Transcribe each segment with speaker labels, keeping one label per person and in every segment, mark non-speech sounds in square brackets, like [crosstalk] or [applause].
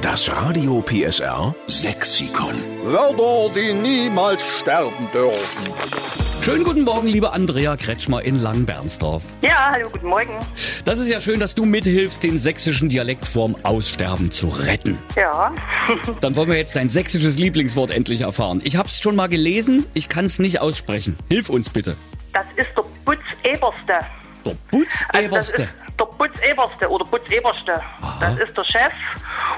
Speaker 1: Das Radio PSR Sexikon.
Speaker 2: Wörter, die niemals sterben dürfen.
Speaker 3: Schönen guten Morgen, lieber Andrea Kretschmer in Langenbernsdorf.
Speaker 4: Ja, hallo, guten Morgen.
Speaker 3: Das ist ja schön, dass du mithilfst, den sächsischen Dialekt vorm Aussterben zu retten.
Speaker 4: Ja. [laughs]
Speaker 3: Dann wollen wir jetzt dein sächsisches Lieblingswort endlich erfahren. Ich hab's schon mal gelesen, ich kann's nicht aussprechen. Hilf uns bitte.
Speaker 4: Das ist der Putzeberste. Also
Speaker 3: Der
Speaker 4: Das ist
Speaker 3: Putzeberste.
Speaker 4: der Putzeberste oder Putzeberste. Das ist der Chef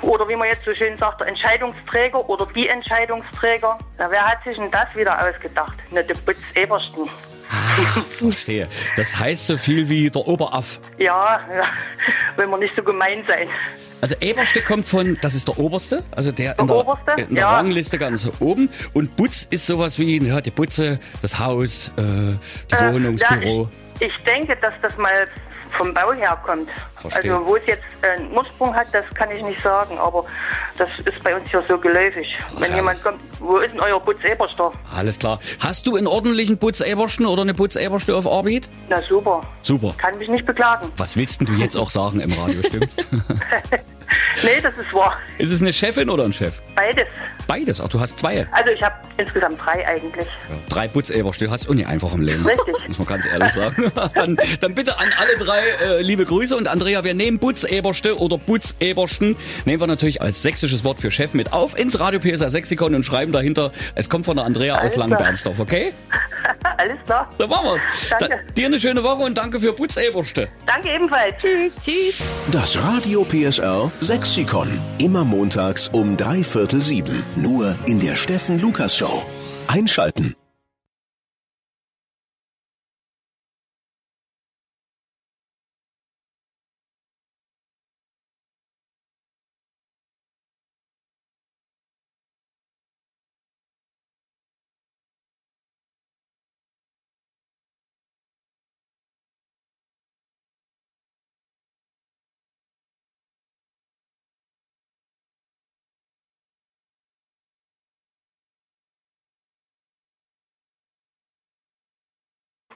Speaker 4: oder wie man jetzt so schön sagt, der Entscheidungsträger oder die Entscheidungsträger. Na, wer hat sich denn das wieder ausgedacht? Na, der Putzebersten.
Speaker 3: Ah, Verstehe. Das heißt so viel wie der Oberaff.
Speaker 4: Ja, [laughs] ja, will man nicht so gemein sein.
Speaker 3: Also Eberste kommt von, das ist der Oberste, also der in der,
Speaker 4: Oberste?
Speaker 3: in der
Speaker 4: Ja.
Speaker 3: Rangliste ganz oben. Und Butz ist sowas wie, ja, die Butze, das Haus, äh, die Wohnung, das
Speaker 4: Ja,
Speaker 3: Büro.
Speaker 4: Ich, ich denke, dass das mal vom Bau herkommt.
Speaker 3: Verstehe.
Speaker 4: Also wo es jetzt einen Ursprung hat, das kann ich nicht sagen, aber das ist bei uns hier so geläufig. Wenn
Speaker 3: ja.
Speaker 4: jemand kommt, wo ist denn euer Putzeberster?
Speaker 3: Alles klar. Hast du einen ordentlichen Putzebersten oder eine Putzeberste auf Arbeit?
Speaker 4: Na super.
Speaker 3: Super.
Speaker 4: Kann mich nicht beklagen.
Speaker 3: Was willst denn du jetzt auch sagen im Radio, stimmt's?
Speaker 4: Nee, das ist wahr.
Speaker 3: ist es eine Chefin oder ein Chef?
Speaker 4: Beides.
Speaker 3: Beides. Ach, du hast zwei.
Speaker 4: Also ich habe insgesamt drei eigentlich.
Speaker 3: Drei Putzeberste hast du nicht einfach im Leben.
Speaker 4: Richtig.
Speaker 3: Muss man ganz ehrlich sagen. [laughs] dann, dann bitte an alle drei äh, liebe Grüße. Und Andrea, wir nehmen Putzeberste oder Putzebersten. Nehmen wir natürlich als sächsisches Wort für Chef mit auf ins Radio PSA Sexikon und schreiben dahinter, es kommt von der Andrea aus
Speaker 4: Alles klar.
Speaker 3: Langenbernsdorf, okay?
Speaker 4: Alles klar.
Speaker 3: So machen wir's.
Speaker 4: Danke.
Speaker 3: Dann dir eine schöne Woche und danke für Putzeberste.
Speaker 4: Danke ebenfalls. Tschüss. Tschüss.
Speaker 1: Das Radio PSR Sexikon. Immer montags um drei Viertel sieben. Nur in der Steffen Lukas Show. Einschalten.